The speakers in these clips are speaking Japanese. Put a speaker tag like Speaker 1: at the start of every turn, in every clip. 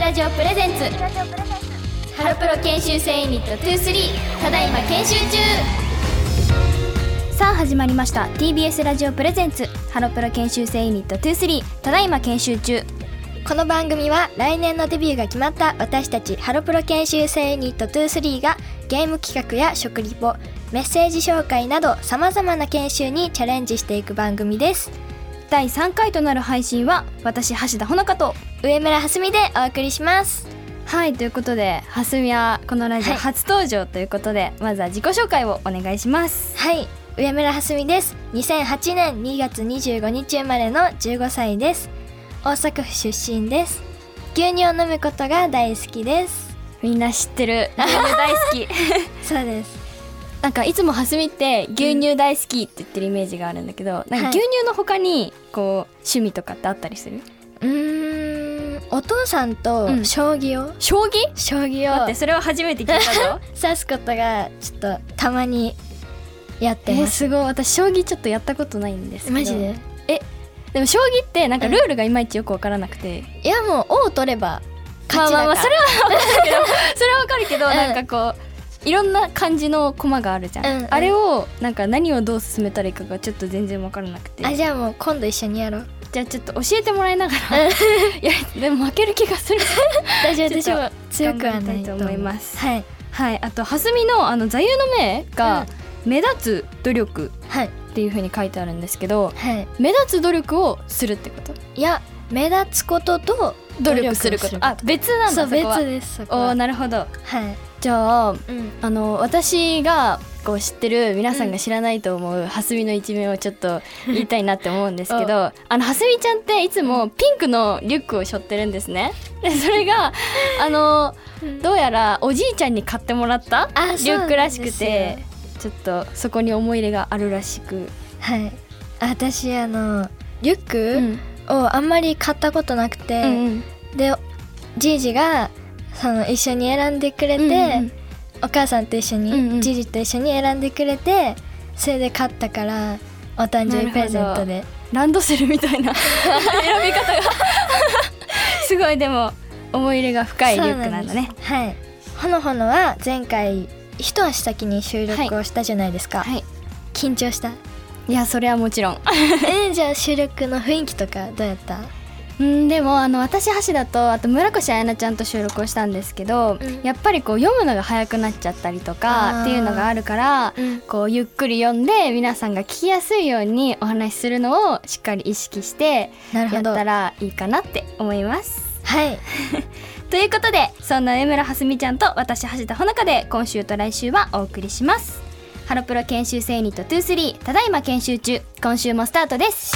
Speaker 1: ラジオプレゼンツハロプロ研修生ユニット23ただいま研修中さあ始まりました TBS ラジオプレゼンツハロプロ研修生ユニット23ただいま研修中
Speaker 2: この番組は来年のデビューが決まった私たちハロプロ研修生ユニット23がゲーム企画や食リポメッセージ紹介などさまざまな研修にチャレンジしていく番組です
Speaker 1: 第3回となる配信は私橋田ほのかと
Speaker 2: 上村はすみでお送りします
Speaker 1: はいということではすみはこのラジオ
Speaker 2: はい
Speaker 1: 初登場ということで、まずは自己紹介をお願いします
Speaker 2: はい上村はすみです2008年2月25日生まれの15歳です大阪府出身です牛乳を飲むことが大好きです
Speaker 1: みんな知ってる牛乳大好き
Speaker 2: そうです
Speaker 1: なんかいつもはすみって牛乳大好きって言ってるイメージがあるんだけどなんか
Speaker 2: はい
Speaker 1: 牛乳の他にこう趣味とかってあったりする、
Speaker 2: うーんお父さん
Speaker 1: うん
Speaker 2: と将棋を、
Speaker 1: 将棋
Speaker 2: 将棋
Speaker 1: 待
Speaker 2: を
Speaker 1: ってそれは初めて聞いたぞ
Speaker 2: 指すことがちょっとたまにやって
Speaker 1: え
Speaker 2: ます、
Speaker 1: すごい私将棋ちょっとやったことないんですけど
Speaker 2: マジで
Speaker 1: でも将棋ってなんかルールがいまいちよくわからなくて、
Speaker 2: いやもう王を取れば勝ちだから、
Speaker 1: まあまあまあそれは それはわかるけど、
Speaker 2: うん
Speaker 1: なんかこういろんな感じの駒があるじゃん、
Speaker 2: うんうん
Speaker 1: あれをなんか何をどう進めたらいいかがちょっと全然わからなくて
Speaker 2: あじゃあもう今度一緒にやろ う
Speaker 1: じゃあちょっと教えてもらいなが らいやでも負ける気がする
Speaker 2: 大丈夫
Speaker 1: ちょっ
Speaker 2: 私
Speaker 1: と
Speaker 2: も強くはない
Speaker 1: 頑張りた
Speaker 2: と
Speaker 1: い
Speaker 2: 思
Speaker 1: と思
Speaker 2: い
Speaker 1: い
Speaker 2: ま
Speaker 1: ますす
Speaker 2: はい
Speaker 1: はいあと蓮見のあの座右の銘が目立つ努力
Speaker 2: はい
Speaker 1: っていうふうに書いてあるんですけど
Speaker 2: はい
Speaker 1: 目立つ努力をするってこと
Speaker 2: いや目立つことと
Speaker 1: 努力することあ別なん
Speaker 2: そ
Speaker 1: だ
Speaker 2: う
Speaker 1: そこは
Speaker 2: 別ですそこ
Speaker 1: おー
Speaker 2: は
Speaker 1: なるほど
Speaker 2: はい
Speaker 1: じゃあ
Speaker 2: うん
Speaker 1: あの私がこう知ってる皆さんが知らないと思う、はすみの一面をちょっと言いたいなって思うんですけどあのはすみちゃんっていつもピンクのリュックを背負ってるんです ねでそれがあのどうやらおじいちゃんに買ってもらったリ
Speaker 2: あ
Speaker 1: ュックらしく
Speaker 2: そうなん
Speaker 1: て
Speaker 2: で
Speaker 1: ちょっとそこに思い入れがあるらしく、
Speaker 2: はい私あのリュッ
Speaker 1: う
Speaker 2: クをあんまり買ったことなくて、
Speaker 1: うんうん
Speaker 2: でじいじがその一緒に選んでくれて、
Speaker 1: うんうん
Speaker 2: お母さんと一緒に、
Speaker 1: うんうん
Speaker 2: じいじと一緒に選んでくれてそれで買ったからお誕生日プレゼントで
Speaker 1: ランドセルみたい な選び 方がすごいでも思い入れが深いリュックなんだね
Speaker 2: そうですはいほのほのは前回一足先に収録をしたじゃないですか、
Speaker 1: はい
Speaker 2: 緊張した
Speaker 1: いやそれはもちろん
Speaker 2: えじゃあ収録の雰囲気とかどうやった
Speaker 1: うんでもあの私橋だとあと村越彩菜ちゃんと収録をしたんですけど、
Speaker 2: うん
Speaker 1: やっぱりこう読むのが早くなっちゃったりと
Speaker 2: あー
Speaker 1: かっていうのがあるから、
Speaker 2: うん
Speaker 1: こうゆっくり読んで皆さんが聞きやすいようにお話しするのをしっかり意識して
Speaker 2: なる
Speaker 1: や
Speaker 2: ほ
Speaker 1: っ
Speaker 2: ど
Speaker 1: たらいいかなって思います。
Speaker 2: はい
Speaker 1: ということでそんな上村はすみちゃんと私橋田ほのかで今週と来週はお送りします。ハロプロ研修生ユニット23ただいま研修中今週もスタートです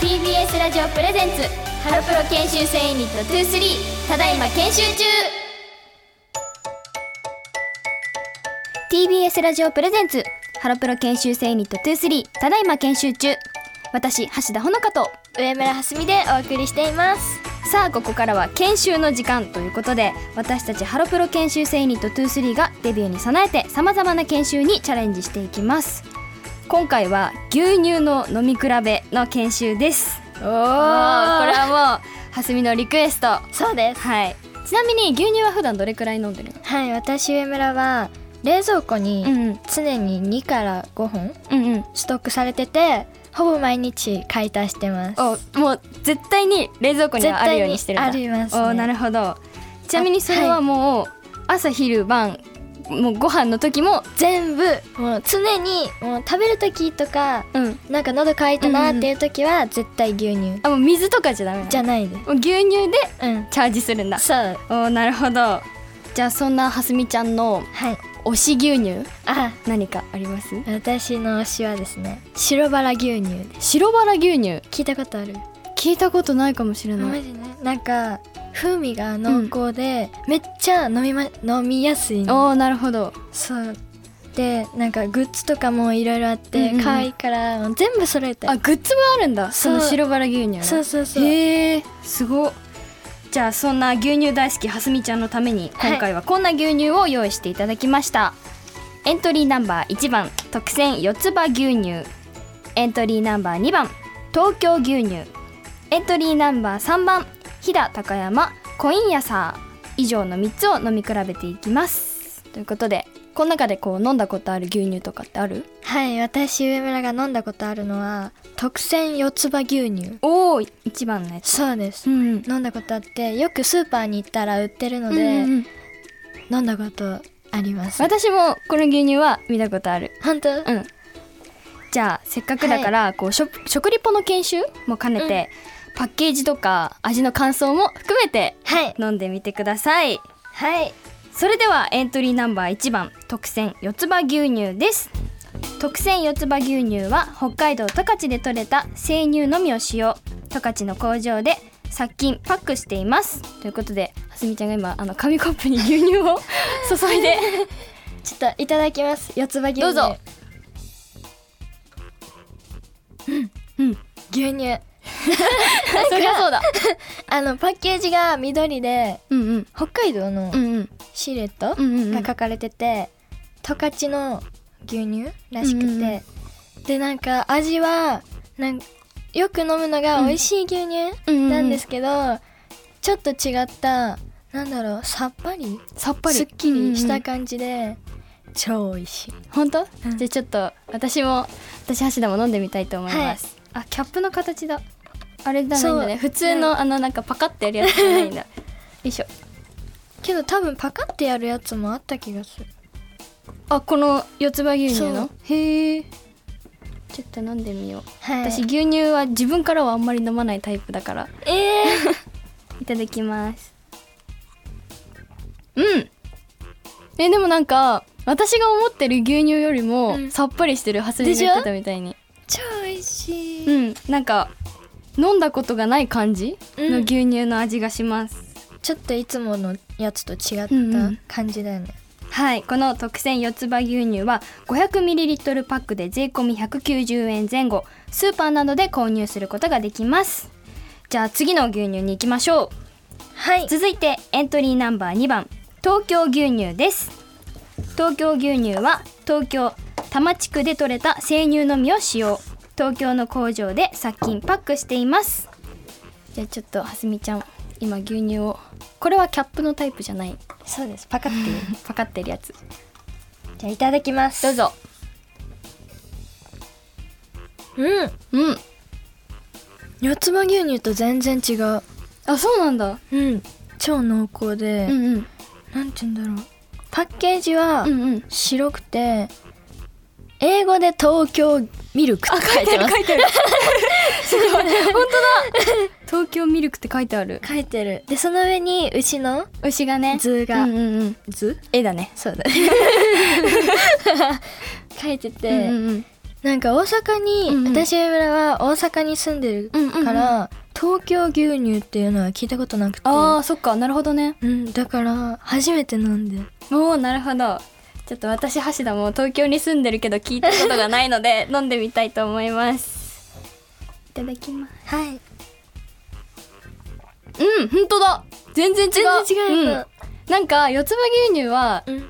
Speaker 3: TBS ラジオプレゼンツハロプロ研修生ユニット23ただいま研修中
Speaker 1: TBS ラジオプレゼンツハロプロ研修生ユニット23ただいま研修中私橋田ほのかと
Speaker 2: 上村はすみでお送りしています
Speaker 1: さあここからは研修の時間ということで私たちハロプロ研修生ユニット23がデビューに備えてさまざまな研修にチャレンジしていきます今回は牛乳の飲み比べの研修ですおおこれはもうはすみのリクエスト
Speaker 2: そうです
Speaker 1: はいちなみに牛乳は普段どれくらい飲んでるの
Speaker 2: はい私上村は冷蔵庫に
Speaker 1: ん
Speaker 2: 常に2から5本
Speaker 1: うんうん
Speaker 2: ストックされててほぼ毎日買い足してます
Speaker 1: おもう絶対に冷蔵庫にはあるようにしてるんだ
Speaker 2: 絶対にありますね
Speaker 1: おなるほどちなみにそれはもう朝昼晩もうご飯の時も
Speaker 2: 全部もう常にもう食べる時とか
Speaker 1: うん
Speaker 2: なんか喉乾いたなっていう時は絶対牛乳、
Speaker 1: あもう水とかじゃダメなの
Speaker 2: じゃないです
Speaker 1: もう牛乳で
Speaker 2: うん
Speaker 1: チャージするんだ
Speaker 2: そう
Speaker 1: おなるほどじゃあそんなはすみちゃんの
Speaker 2: はい
Speaker 1: お推し牛乳
Speaker 2: あ
Speaker 1: 何かあります
Speaker 2: 私の推しはですね白バラ牛乳です
Speaker 1: 白バラ牛乳
Speaker 2: 聞いたことある
Speaker 1: 聞いたことないかもしれ
Speaker 2: マ
Speaker 1: ない
Speaker 2: ジねなんか風味が濃厚で、めっちゃ飲み,、ま、飲みやすいの
Speaker 1: おーなるほど
Speaker 2: そうでなんかグッズとかもいろいろあって、
Speaker 1: うんうん
Speaker 2: 可愛いからもう全部揃えて
Speaker 1: あグッズもあるんだそ
Speaker 2: そう
Speaker 1: の白バラ牛乳の
Speaker 2: そうそうそう
Speaker 1: へえすごっじゃあそんな牛乳大好きはすみちゃんのために
Speaker 2: はい
Speaker 1: 今回はこんな牛乳を用意していただきました、エントリーナンバー1番特選四つ葉牛乳エントリーナンバー2番東京牛乳エントリーナンバー3番飛騨高山コインヤサー以上の3つを飲み比べていきますということでこの中でこう飲んだことある牛乳とかってある
Speaker 2: はい私上村が飲んだことあるのは特選四つ葉牛乳
Speaker 1: おお1番のやつ
Speaker 2: そうです、
Speaker 1: んうん
Speaker 2: 飲んだことあってよくスーパーに行ったら売ってるので、
Speaker 1: うんうん
Speaker 2: 飲んだことあります
Speaker 1: 私もこの牛乳は見たことある
Speaker 2: 本当、
Speaker 1: うんじゃあせっかくだから、こうしょ食リポの研修も兼ねて、パッケージとか味の感想も含めて
Speaker 2: はい
Speaker 1: 飲んでみてください
Speaker 2: はい
Speaker 1: それではエントリーナンバー1番特選四つ葉牛乳です特選四つ葉牛乳は北海道十勝で採れた生乳のみを使用十勝の工場で殺菌パックしていますということではすみちゃんが今あの紙コップに牛乳 を注いで
Speaker 2: ちょっといただきます四つ葉牛乳
Speaker 1: どうぞうんうん
Speaker 2: 牛乳
Speaker 1: そりゃそうだ
Speaker 2: あのパッケージが緑で
Speaker 1: うんうん
Speaker 2: 北海道の
Speaker 1: うんうん
Speaker 2: シルエット
Speaker 1: うんうんうん
Speaker 2: が書かれてて十勝の牛乳らしくて、
Speaker 1: うんうん
Speaker 2: でなんか味はなんよく飲むのが美味しい牛乳
Speaker 1: うんうんうん
Speaker 2: なんですけど、ちょっと違ったなんだろうさっぱり
Speaker 1: さっぱ
Speaker 2: すっきりした感じで、超美味しい
Speaker 1: 本当、
Speaker 2: うん
Speaker 1: じゃあちょっと私も私橋田も飲んでみたいと思います、あキャップの形だあれじゃないんだね
Speaker 2: そう
Speaker 1: 普通の、
Speaker 2: う
Speaker 1: あのなんかパカってやるやつじゃないんだ よいしょ
Speaker 2: けど多分パカってやるやつもあった気がする
Speaker 1: あこの四つ葉牛乳
Speaker 2: そ
Speaker 1: の
Speaker 2: う
Speaker 1: へえちょっと飲んでみよう、
Speaker 2: はい
Speaker 1: 私牛乳は自分からはあんまり飲まないタイプだから
Speaker 2: えー、
Speaker 1: いただきますうんえでもなんか私が思ってる牛乳よりも、
Speaker 2: うん
Speaker 1: さっぱりしてるハスミが言ってたみたいに
Speaker 2: 超美味しい、
Speaker 1: うん、なんか飲んだことがない感じ
Speaker 2: うん
Speaker 1: の牛乳の味がします、
Speaker 2: ちょっといつものやつと違った
Speaker 1: うんうん
Speaker 2: 感じだよね、
Speaker 1: はいこの特選四つ葉牛乳は 500ml パックで税込190円前後スーパーなどで購入することができますじゃあ次の牛乳に行きましょう
Speaker 2: はい
Speaker 1: 続いてエントリーナンバー2番東京牛乳です東京牛乳は東京多摩地区で採れた生乳のみを使用東京の工場で殺菌パックしていますじゃあちょっとはすみちゃん今牛乳をこれはキャップのタイプじゃない
Speaker 2: そうですパカっていう
Speaker 1: パカってるやつ
Speaker 2: じゃあいただきます
Speaker 1: どうぞ
Speaker 2: うん
Speaker 1: うん
Speaker 2: 四つ葉牛乳と全然違う
Speaker 1: あそうなんだ
Speaker 2: うん超濃厚で、
Speaker 1: うんうん
Speaker 2: なんて言うんだろうパッケージは
Speaker 1: うんうん
Speaker 2: 白くて、英語で東京ミルクって書いてます
Speaker 1: 書いてあるすごい本当だ東京ミルクって書いてある
Speaker 2: 書いてるでその上に牛の
Speaker 1: 牛がね
Speaker 2: 図が、
Speaker 1: うんうんうん
Speaker 2: 図
Speaker 1: 絵だね
Speaker 2: そうだ書いてて、
Speaker 1: うんうんうん
Speaker 2: なんか大阪に、
Speaker 1: うんうん
Speaker 2: 私上村は大阪に住んでるから、東京牛乳っていうのは聞いたことなくて
Speaker 1: あーそっかなるほどね
Speaker 2: うん、だから初めて飲んで
Speaker 1: おおなるほどちょっと私橋田も東京に住んでるけど聞いたことがないの で飲んでみたいと思いますいただきます
Speaker 2: はい
Speaker 1: うん本当だ全然違う
Speaker 2: 全然違うよ
Speaker 1: うんなんか四つ葉牛乳は、
Speaker 2: うん
Speaker 1: いい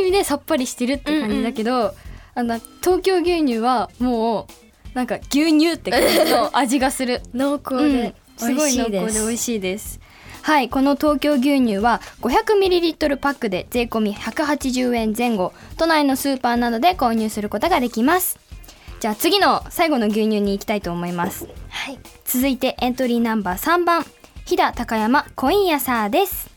Speaker 1: 意味でさっぱりしてるって感じだけど、あの東京牛乳はもうなんか牛乳って感じの味がする
Speaker 2: 濃厚
Speaker 1: うん
Speaker 2: で、
Speaker 1: す
Speaker 2: 美
Speaker 1: ご
Speaker 2: 味
Speaker 1: い
Speaker 2: しい
Speaker 1: 濃厚
Speaker 2: で
Speaker 1: です美味しいですはいこの東京牛乳は 500ml パックで税込180円前後都内のスーパーなどで購入することができますじゃあ次の最後の牛乳に行きたいと思います
Speaker 2: はい
Speaker 1: 続いてエントリーナンバー3番飛騨高山コインヤサーです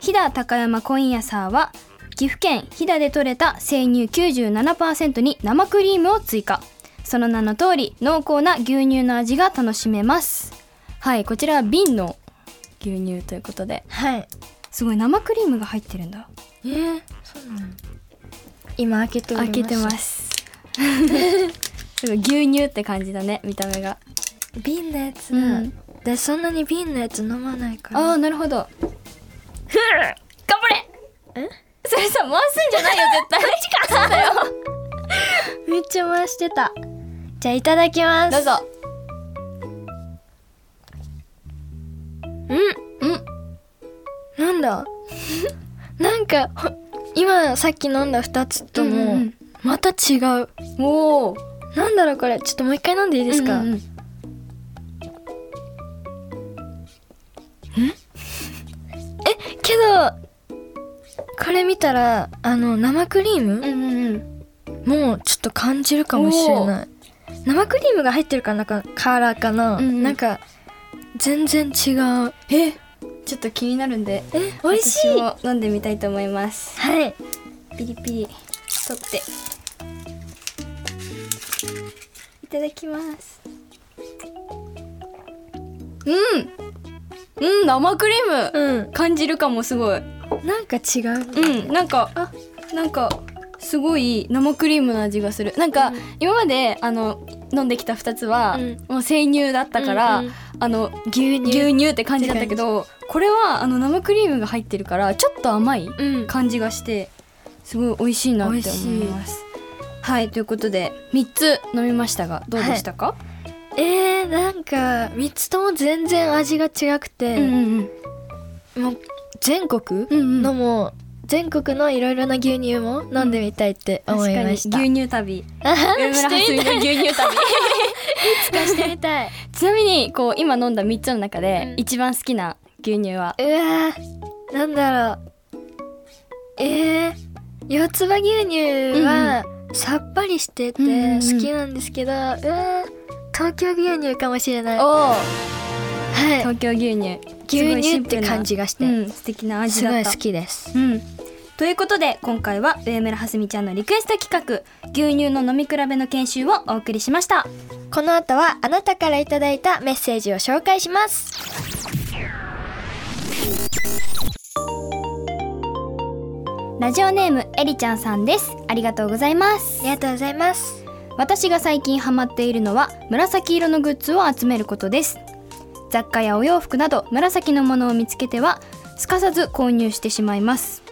Speaker 1: 飛騨高山コインヤサーは岐阜県飛騨で採れた生乳97%に生クリームを追加その名の通り濃厚な牛乳の味が楽しめますはいこちらは瓶の牛乳ということで
Speaker 2: はい
Speaker 1: すごい生クリームが入ってるんだ
Speaker 2: えー、そうなの今開けており
Speaker 1: 開
Speaker 2: ます
Speaker 1: けてます すごい牛乳って感じだね見た目が
Speaker 2: 瓶のやつ、
Speaker 1: うん
Speaker 2: でそんなに瓶のやつ飲まないから
Speaker 1: ああなるほどふぅ頑張れ
Speaker 2: え
Speaker 1: それさ回すんじゃないよ絶対マジかそうだよ
Speaker 2: めっちゃ回してたじゃあいただきます
Speaker 1: どうぞうんうん
Speaker 2: なんだ なんかほ今さっき飲んだ2つとも、
Speaker 1: うんうん
Speaker 2: また違う
Speaker 1: おお
Speaker 2: なんだろうこれちょっともう一回飲んでいいですか、
Speaker 1: うんうん
Speaker 2: えけどこれ見たらあの生クリーム、
Speaker 1: うんうんうん
Speaker 2: もうちょっと感じるかもしれない生クリームが入ってるかなんかカラーかな、
Speaker 1: うんうん
Speaker 2: なんか全然違う
Speaker 1: えちょっと気になるんで
Speaker 2: え美味しい
Speaker 1: 私も飲んでみたいと思います
Speaker 2: はい
Speaker 1: ピリピリ取って
Speaker 2: いただきます
Speaker 1: うんうん生クリー
Speaker 2: う
Speaker 1: ム、
Speaker 2: ん
Speaker 1: 感じるかもすごい
Speaker 2: なんか違う
Speaker 1: うんなんか
Speaker 2: あ
Speaker 1: なんかすごい生クリームの味がするなんか、今まであの飲んできた2つは、
Speaker 2: うん
Speaker 1: もう生乳だったから、
Speaker 2: うんうん
Speaker 1: あの牛乳牛乳って感じだったけどこれはあの生クリームが入ってるからちょっと甘い
Speaker 2: うん
Speaker 1: 感じがしてすごい美味しいなって思いますはいということで3つ飲みましたがどうでしたか、
Speaker 2: えー、なんか3つとも全然味が違くて、
Speaker 1: うんうんうん
Speaker 2: もう全国
Speaker 1: うんうん
Speaker 2: のも、全国のいろいろな牛乳も飲んでみたいって思いま
Speaker 1: 確
Speaker 2: し
Speaker 1: か
Speaker 2: た、
Speaker 1: に牛乳旅
Speaker 2: あは
Speaker 1: 上村はすみの牛乳 旅
Speaker 2: はしてみたい
Speaker 1: ちなみにこう今飲んだ3つの中で
Speaker 2: うん
Speaker 1: 一番好きな牛乳は
Speaker 2: うわーなんだろうえー、四つ葉牛乳はさっぱりしてて
Speaker 1: うんうんうん
Speaker 2: 好きなんですけど、うわー東京牛乳かもしれないは
Speaker 1: おお
Speaker 2: い
Speaker 1: 東京牛乳
Speaker 2: 牛乳って感じがして、
Speaker 1: うん、素敵な味
Speaker 2: す
Speaker 1: だっ
Speaker 2: ご
Speaker 1: た
Speaker 2: い好きです
Speaker 1: うん。ということで今回は上村はすみちゃんのリクエスト企画牛乳の飲み比べの研修をお送りしました
Speaker 2: この後はあなたからいただいたメッセージを紹介します
Speaker 1: ラジオネームえりちゃんさんですありがとうございます
Speaker 2: ありがとうございます。
Speaker 1: 私が最近ハマっているのは紫色のグッズを集めることです雑貨やお洋服など紫のものを見つけてはすかさず購入してしまいます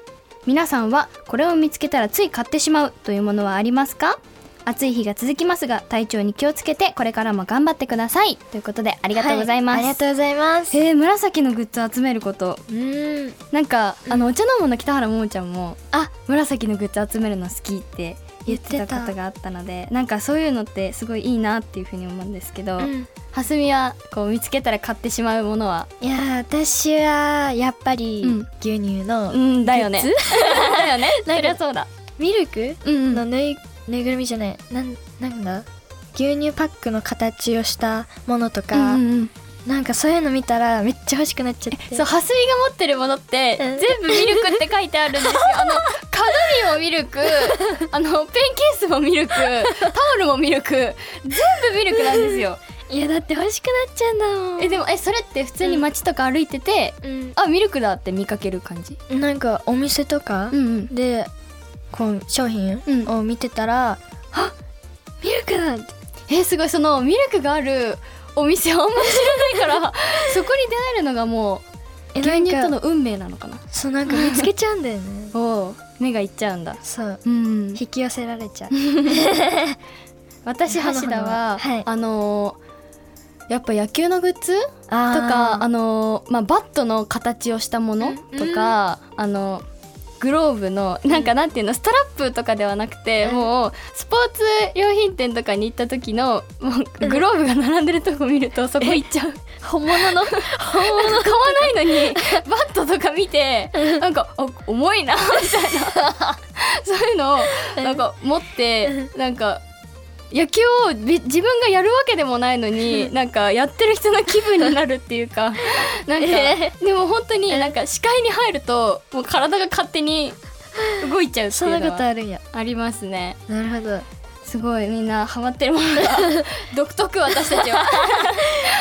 Speaker 1: 皆さんはこれを見つけたらつい買ってしまうというものはありますか暑い日が続きますが体調に気をつけてこれからも頑張ってくださいということでありがとうございます、
Speaker 2: はありがとうございます。
Speaker 1: えー紫のグッズ集めること
Speaker 2: うん。
Speaker 1: なんか、あのお茶の間の北原ももちゃんもあ紫のグッズ集めるの好きって言って
Speaker 2: 言
Speaker 1: た
Speaker 2: ってた
Speaker 1: ことがあったのでなんかそういうのってすごいいいなっていうふうに思うんですけど、
Speaker 2: うん
Speaker 1: はすみはこう見つけたら買ってしまうものはい
Speaker 2: やー私はやっぱり
Speaker 1: うん
Speaker 2: 牛乳の、
Speaker 1: うんだよねだよね
Speaker 2: なんか
Speaker 1: そりゃそうだ
Speaker 2: ミルク
Speaker 1: うんう
Speaker 2: の
Speaker 1: ん
Speaker 2: ぬいぬいぐるみじゃないなんなんだ牛乳パックの形をしたものとか、
Speaker 1: うんうん
Speaker 2: なんかそういうの見たらめっちゃ欲しくなっちゃって
Speaker 1: そうはすみが持ってるものって、
Speaker 2: うん
Speaker 1: 全部ミルクって書いてあるんです よあの鏡もミルク あのペンケースもミルクタオルもミルク全部ミルクなんですよ
Speaker 2: いやだって欲しくなっちゃうんだもん
Speaker 1: えでもえそれって普通に街とか歩いてて、あミルクだって見かける感じ
Speaker 2: うん、なんかお店とか
Speaker 1: んうん
Speaker 2: で、こう商品
Speaker 1: うん
Speaker 2: を見てたら、あミルクだって
Speaker 1: えすごいそのミルクがあるお店あんま知らないから そこに出会えるのがもう
Speaker 2: え
Speaker 1: 牛
Speaker 2: なん
Speaker 1: 乳と
Speaker 2: か
Speaker 1: の運命なのかな
Speaker 2: そうなんか見つけちゃうんだよ ね
Speaker 1: おー目がいっちゃうんだ
Speaker 2: そう
Speaker 1: うん
Speaker 2: 引き寄せられ ちゃう。
Speaker 1: 私橋田は、
Speaker 2: はい
Speaker 1: あのーやっぱ野球のグッズ
Speaker 2: と
Speaker 1: とかあ
Speaker 2: の
Speaker 1: のーまあ、バットの形をしたもの
Speaker 2: うん
Speaker 1: とか、あのグローブのなんかなんていうのストラップとかではなくて、
Speaker 2: うん
Speaker 1: もうスポーツ用品店とかに行った時のもうグローブが並んでるとこ見るとそこ行っちゃう
Speaker 2: 本物の
Speaker 1: 買わない のにバットとか見てなんかあ重いなみ たいなそういうのをなんか持ってなんか野球をび自分がやるわけでもないのになんかやってる人の気分になるってい うかなんか
Speaker 2: え
Speaker 1: でも本当になんか視界に入るともう体が勝手に動いちゃうって
Speaker 2: そ
Speaker 1: い
Speaker 2: ん
Speaker 1: う
Speaker 2: な
Speaker 1: の
Speaker 2: こと
Speaker 1: は
Speaker 2: あるんや。
Speaker 1: ありますね
Speaker 2: なるほど。
Speaker 1: すごいみんなハマってるもの が独特私たちは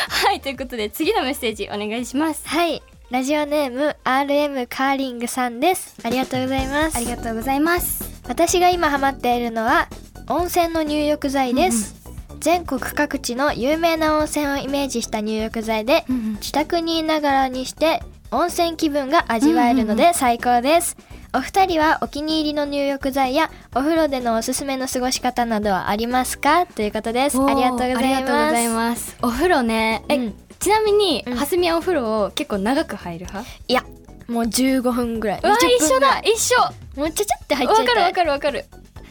Speaker 1: はいということで次のメッセージお願いします
Speaker 2: はい、ラジオネーム R.M. カーリングさんです。ありがとうございます。
Speaker 1: ありがとうございます
Speaker 2: 私が今ハマっているのは温泉の入浴剤です、全国各地の有名な温泉をイメージした入浴剤で、
Speaker 1: うんうん
Speaker 2: 自宅にいながらにして温泉気分が味わえるので最高です、お二人はお気に入りの入浴剤やお風呂でのおすすめの過ごし方などはありますかということです
Speaker 1: おー
Speaker 2: ありがとうございます
Speaker 1: ありがとうございますお風呂ねえ、
Speaker 2: うん
Speaker 1: ちなみに、
Speaker 2: うん
Speaker 1: はすみはお風呂を結構長く入る派
Speaker 2: いやもう15分ぐらいう
Speaker 1: わ
Speaker 2: 20
Speaker 1: 一
Speaker 2: 分
Speaker 1: 緒
Speaker 2: ぐら
Speaker 1: だ
Speaker 2: い
Speaker 1: 一緒
Speaker 2: もうちゃちゃって入っ
Speaker 1: わ
Speaker 2: ちゃ
Speaker 1: か
Speaker 2: いたい
Speaker 1: るわかるわかる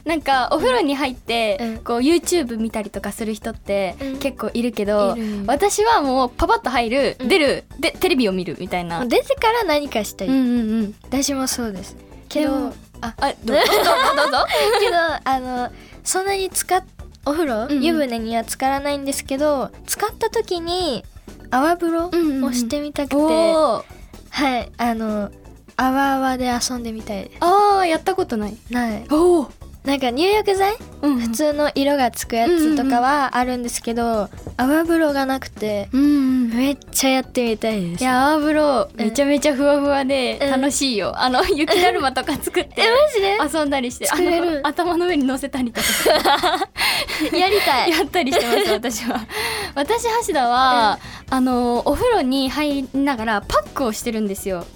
Speaker 1: なんかお風呂に入って、
Speaker 2: うん
Speaker 1: こう YouTube 見たりとかする人って
Speaker 2: うん
Speaker 1: 結構いるけど、
Speaker 2: いる
Speaker 1: 私はもうパパッと入る、
Speaker 2: うん
Speaker 1: 出るでテレビを見るみたいな、
Speaker 2: もう出てから何かしたい、
Speaker 1: うんうん
Speaker 2: 私もそうですけ
Speaker 1: で
Speaker 2: ど
Speaker 1: も
Speaker 2: あ
Speaker 1: あどうどうぞどう ぞ
Speaker 2: けどあのそんなに使っお風呂、
Speaker 1: んうん
Speaker 2: 湯船には浸からないんですけど使った時に泡風呂
Speaker 1: んうんうん
Speaker 2: をしてみたくて、
Speaker 1: おー
Speaker 2: はいあの泡泡で遊んでみたいです
Speaker 1: あーやったことない
Speaker 2: ない
Speaker 1: おお、
Speaker 2: なんか入浴剤
Speaker 1: うんうん、
Speaker 2: 普通の色がつくやつとかはあるんですけど、泡風呂がなくて
Speaker 1: うんうん
Speaker 2: めっちゃやってみたいで
Speaker 1: い
Speaker 2: す
Speaker 1: や泡風呂
Speaker 2: うん
Speaker 1: めちゃめちゃふわふわで
Speaker 2: うん
Speaker 1: 楽しいよ、 あの雪だるまとか作って
Speaker 2: マジで
Speaker 1: 遊んだりして
Speaker 2: 作れる
Speaker 1: あの頭の上に乗せたりとか
Speaker 2: やりたい
Speaker 1: やったりしてます私 は私橋田は、あのお風呂に入りながらパックをしてるんですよ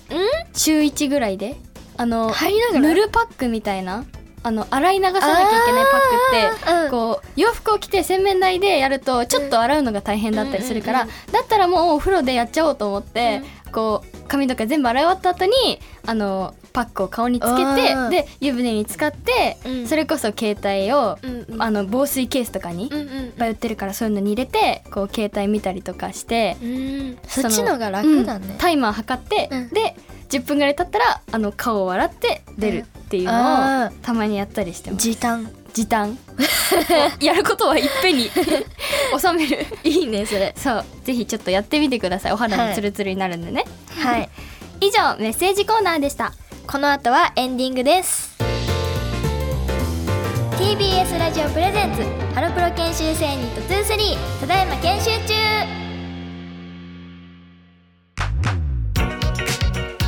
Speaker 1: 週1ぐらいであの
Speaker 2: 入りながら
Speaker 1: 塗るパックみたいなあの洗い流さなきゃいけないパックって
Speaker 2: あーうん
Speaker 1: こう洋服を着て洗面台でやるとちょっと洗うのが大変だったりするから、
Speaker 2: うん
Speaker 1: だったらもうお風呂でやっちゃおうと思って、こう髪とか全部洗い終わった後にあのパックを顔につけて
Speaker 2: うん
Speaker 1: で湯船に使って、
Speaker 2: うん
Speaker 1: それこそ携帯を、
Speaker 2: うんうん
Speaker 1: あの防水ケースとかに、いっ
Speaker 2: んうん
Speaker 1: ぱい売ってるからそういうのに入れてこう携帯見たりとかして、
Speaker 2: うんそ
Speaker 1: その
Speaker 2: っちのが楽だ
Speaker 1: う
Speaker 2: ね
Speaker 1: ん、タイマー測って、
Speaker 2: うん
Speaker 1: で10分ぐらい経ったらあの顔を洗って出るっていうの
Speaker 2: あ
Speaker 1: をたまにやったりしてます
Speaker 2: 時短
Speaker 1: 時短 やることはいっぺんに 収める
Speaker 2: いいねそれ
Speaker 1: そうぜひちょっとやってみてくださいお肌もツルツルになるんでね、
Speaker 2: はい
Speaker 1: 以上メッセージコーナーでした
Speaker 2: この後はエンディングです
Speaker 3: TBS ラジオプレゼンツハロプロ研修生ニット23ただいま研修中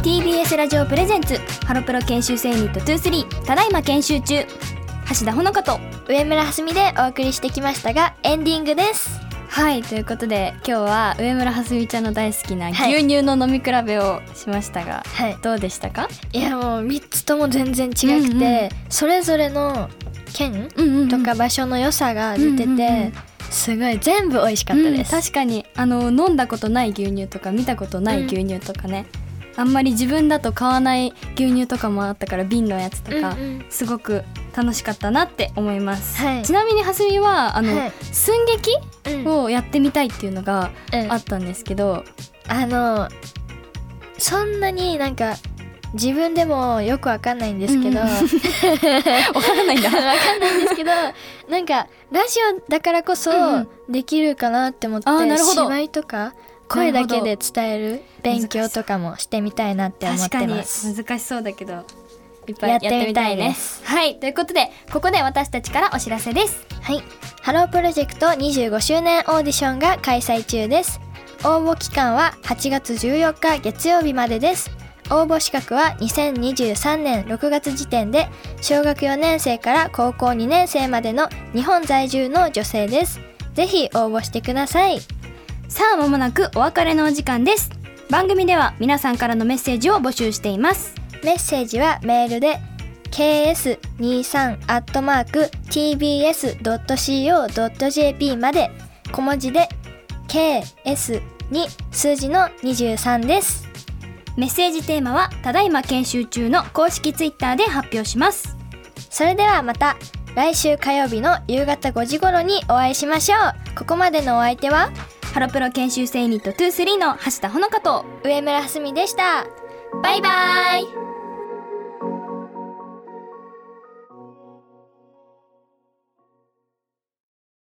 Speaker 1: TBS ラジオプレゼンツハロプロ研修生ユニット23ただいま研修中橋田ほのかと
Speaker 2: 上村はすみでお送りしてきましたがエンディングです
Speaker 1: はいということで今日は上村はすみちゃんの大好きな
Speaker 2: はい
Speaker 1: 牛乳の飲み比べをしましたが、
Speaker 2: はい
Speaker 1: どうでしたか
Speaker 2: いやもう3つとも全然違くて、
Speaker 1: うんうん
Speaker 2: それぞれの県
Speaker 1: うんうんうん
Speaker 2: とか場所の良さが出てて、
Speaker 1: うんうんうん
Speaker 2: すごい全部美味しかったです、
Speaker 1: うん確かにあの飲んだことない牛乳とか見たことない牛乳とかね、あんまり自分だと買わない牛乳とかもあったから瓶のやつとか、
Speaker 2: うんうん
Speaker 1: すごく楽しかったなって思います、
Speaker 2: はい
Speaker 1: ちなみにはすみはあの、
Speaker 2: はい
Speaker 1: 寸劇
Speaker 2: うん
Speaker 1: をやってみたいっていうのが
Speaker 2: うん
Speaker 1: あったんですけど、
Speaker 2: あのそんなになんか自分でもよくわかんないんですけど、
Speaker 1: うんわからないんだ
Speaker 2: わかんないんですけどなんかラジオだからこそ
Speaker 1: うんうん
Speaker 2: できるかなって思って、
Speaker 1: あーなるほど
Speaker 2: 芝居とか声だけで伝える勉強とかもしてみたいなって思っ
Speaker 1: 確か
Speaker 2: て
Speaker 1: に
Speaker 2: ます。
Speaker 1: 難しそうだけどいっぱいやってみた
Speaker 2: や
Speaker 1: い
Speaker 2: ってみたい
Speaker 1: ね
Speaker 2: です
Speaker 1: はいということでここで私たちからお知らせです
Speaker 2: はい、ハロープロジェクト25周年オーディションが開催中です。応募期間は8月14日月曜日までです。応募資格は2023年6月時点で小学4年生から高校2年生までの日本在住の女性です。ぜひ応募してください。
Speaker 1: さあまもなくお別れのお時間です番組では皆さんからのメッセージを募集しています
Speaker 2: メッセージはメールで ks23-tbs.co.jp まで小文字で ks に数字の23です。
Speaker 1: メッセージテーマはただいま研修中の公式ツイッターで発表します
Speaker 2: それではまた来週火曜日の夕方5時頃にお会いしましょう。ここまでのお相手は
Speaker 1: ハロプロ研修生ユニット23の橋田ほのかと
Speaker 2: 上村はすみでした。
Speaker 1: バイバイ